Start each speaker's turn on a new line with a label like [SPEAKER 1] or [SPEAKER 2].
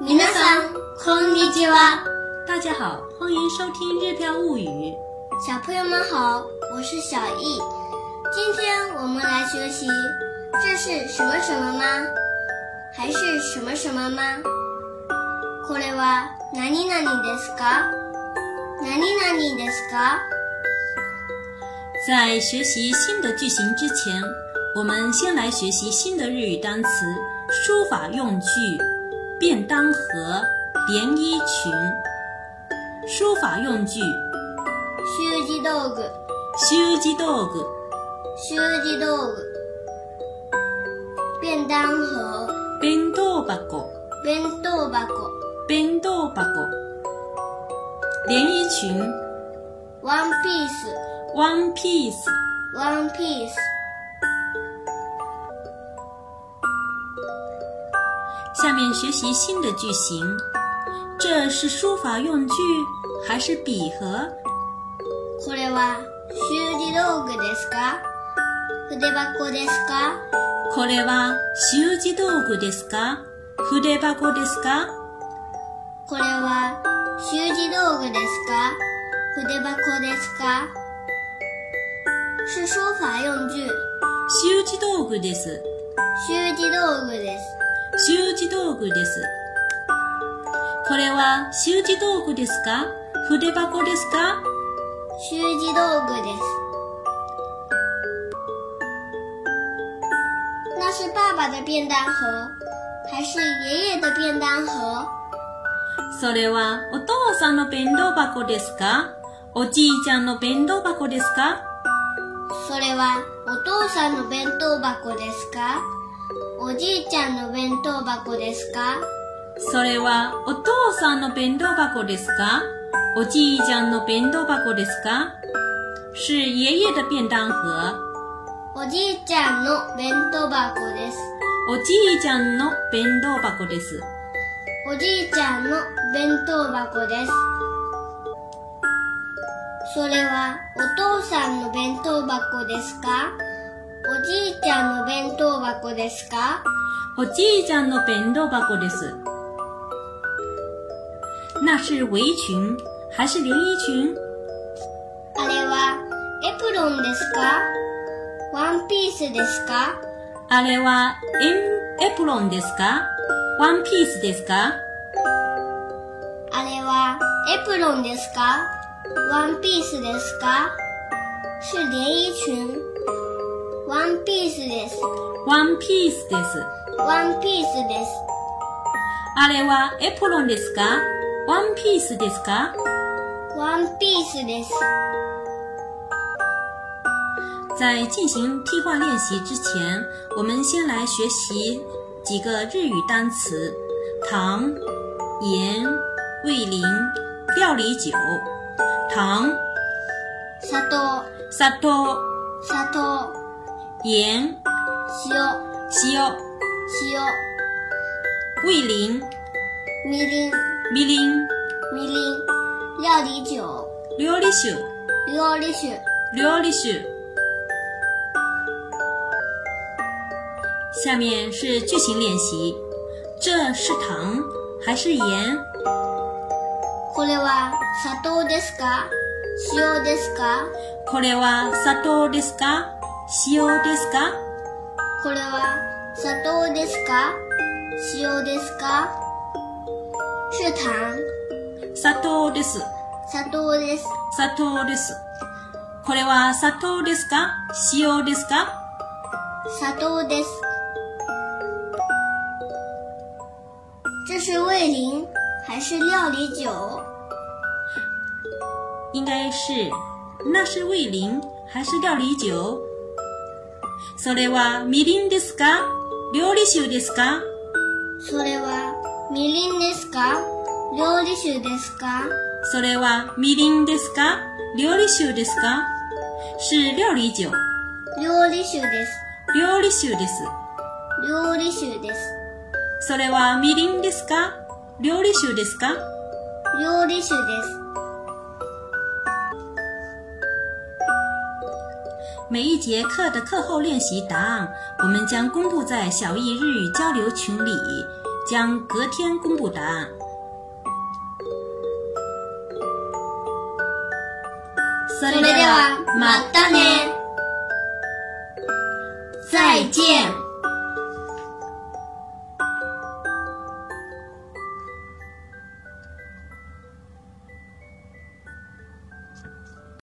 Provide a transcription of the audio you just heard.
[SPEAKER 1] 皆さんこんにちは。
[SPEAKER 2] 大家好，欢迎收听《日飘物语》。
[SPEAKER 1] 小朋友们好，我是小易。今天我们来学习这是什么什么吗？还是什么什么吗？これは何々ですか？何々ですか？
[SPEAKER 2] 在学习新的句型之前，我们先来学习新的日语单词、书法用具、便当盒、连衣裙。书法用具
[SPEAKER 1] 習字道具、
[SPEAKER 2] 習字道具、
[SPEAKER 1] 習字道具。便当盒、
[SPEAKER 2] 弁当箱、
[SPEAKER 1] 弁当箱、
[SPEAKER 2] 弁当箱。连衣裙
[SPEAKER 1] ワンピース、
[SPEAKER 2] One Piece。
[SPEAKER 1] ワンピース。
[SPEAKER 2] 下面学习新的句型，这是书法用具还是笔盒？
[SPEAKER 1] これは習字道具ですか筆箱ですか
[SPEAKER 2] これは習字道具ですか筆箱ですか
[SPEAKER 1] これは習字道具ですか筆箱ですか是书法用具、
[SPEAKER 2] 習字道具です。
[SPEAKER 1] 習字道具です。
[SPEAKER 2] 習字道具です。これは習字道具ですか筆箱ですか
[SPEAKER 1] 習字道具です。那是爸爸的便当盒，还是爷爷的便当盒？
[SPEAKER 2] それはお父さんの弁当箱ですかおじいちゃんの弁当箱ですか
[SPEAKER 1] それはお父さんの弁当箱ですかおじいちゃんの弁当箱ですか
[SPEAKER 2] それはお父さんの弁当箱ですかおじいちゃんの弁当箱ですか是爷爷的便当盒。
[SPEAKER 1] おじいちゃんの弁当箱です。
[SPEAKER 2] おじいちゃんの弁当箱です。
[SPEAKER 1] おじいちゃんの弁当箱です。それはお父さんの弁当箱ですかおじいちゃんの弁当箱ですか
[SPEAKER 2] おじいちゃんの弁当箱です。那是围裙还是连衣裙？
[SPEAKER 1] あれはエプロンですかワンピースですか
[SPEAKER 2] あれはエンエプロンですかワンピースですか
[SPEAKER 1] あれはエプロンですかワンピースですか是连衣裙。ワンピースです。
[SPEAKER 2] ワンピースです。
[SPEAKER 1] ワンピースです。
[SPEAKER 2] あれはエプロンですかワンピースですか
[SPEAKER 1] ワンピースです。
[SPEAKER 2] 在进行替换练习之前，我们先来学习几个日语单词：糖、盐、味淋、料理酒。糖、
[SPEAKER 1] 砂糖、
[SPEAKER 2] 砂糖、
[SPEAKER 1] 砂糖、
[SPEAKER 2] 盐、
[SPEAKER 1] 塩、
[SPEAKER 2] 塩、味淋、
[SPEAKER 1] 塩、みりん、
[SPEAKER 2] みりん、
[SPEAKER 1] みりん、料理酒、
[SPEAKER 2] 料
[SPEAKER 1] 料理
[SPEAKER 2] 理酒、
[SPEAKER 1] 酒。
[SPEAKER 2] 料理酒。下面是句型练习：这是糖还是盐？
[SPEAKER 1] これは砂糖ですか塩ですか
[SPEAKER 2] これは砂糖ですか塩ですか
[SPEAKER 1] これは砂糖ですか塩ですか是糖、
[SPEAKER 2] 砂糖です。
[SPEAKER 1] 砂糖です。
[SPEAKER 2] 砂糖です。これは砂糖ですか塩ですか
[SPEAKER 1] 砂糖です。这是味淋还是料理酒？
[SPEAKER 2] 应该是、那是味淋还是料理酒それはみりんですか料理酒ですか
[SPEAKER 1] それはみりんですか料理酒ですか
[SPEAKER 2] それはみりんですか料理酒ですか是料理酒、
[SPEAKER 1] 料理酒です。
[SPEAKER 2] 料理酒です。
[SPEAKER 1] 料理酒です。
[SPEAKER 2] それはみりんですか料理酒ですか
[SPEAKER 1] 料理酒です。
[SPEAKER 2] 每一节课的课后练习答案，我们将公布在小易日语交流群里，将隔天公布答案。そ
[SPEAKER 1] それではまたね。再见。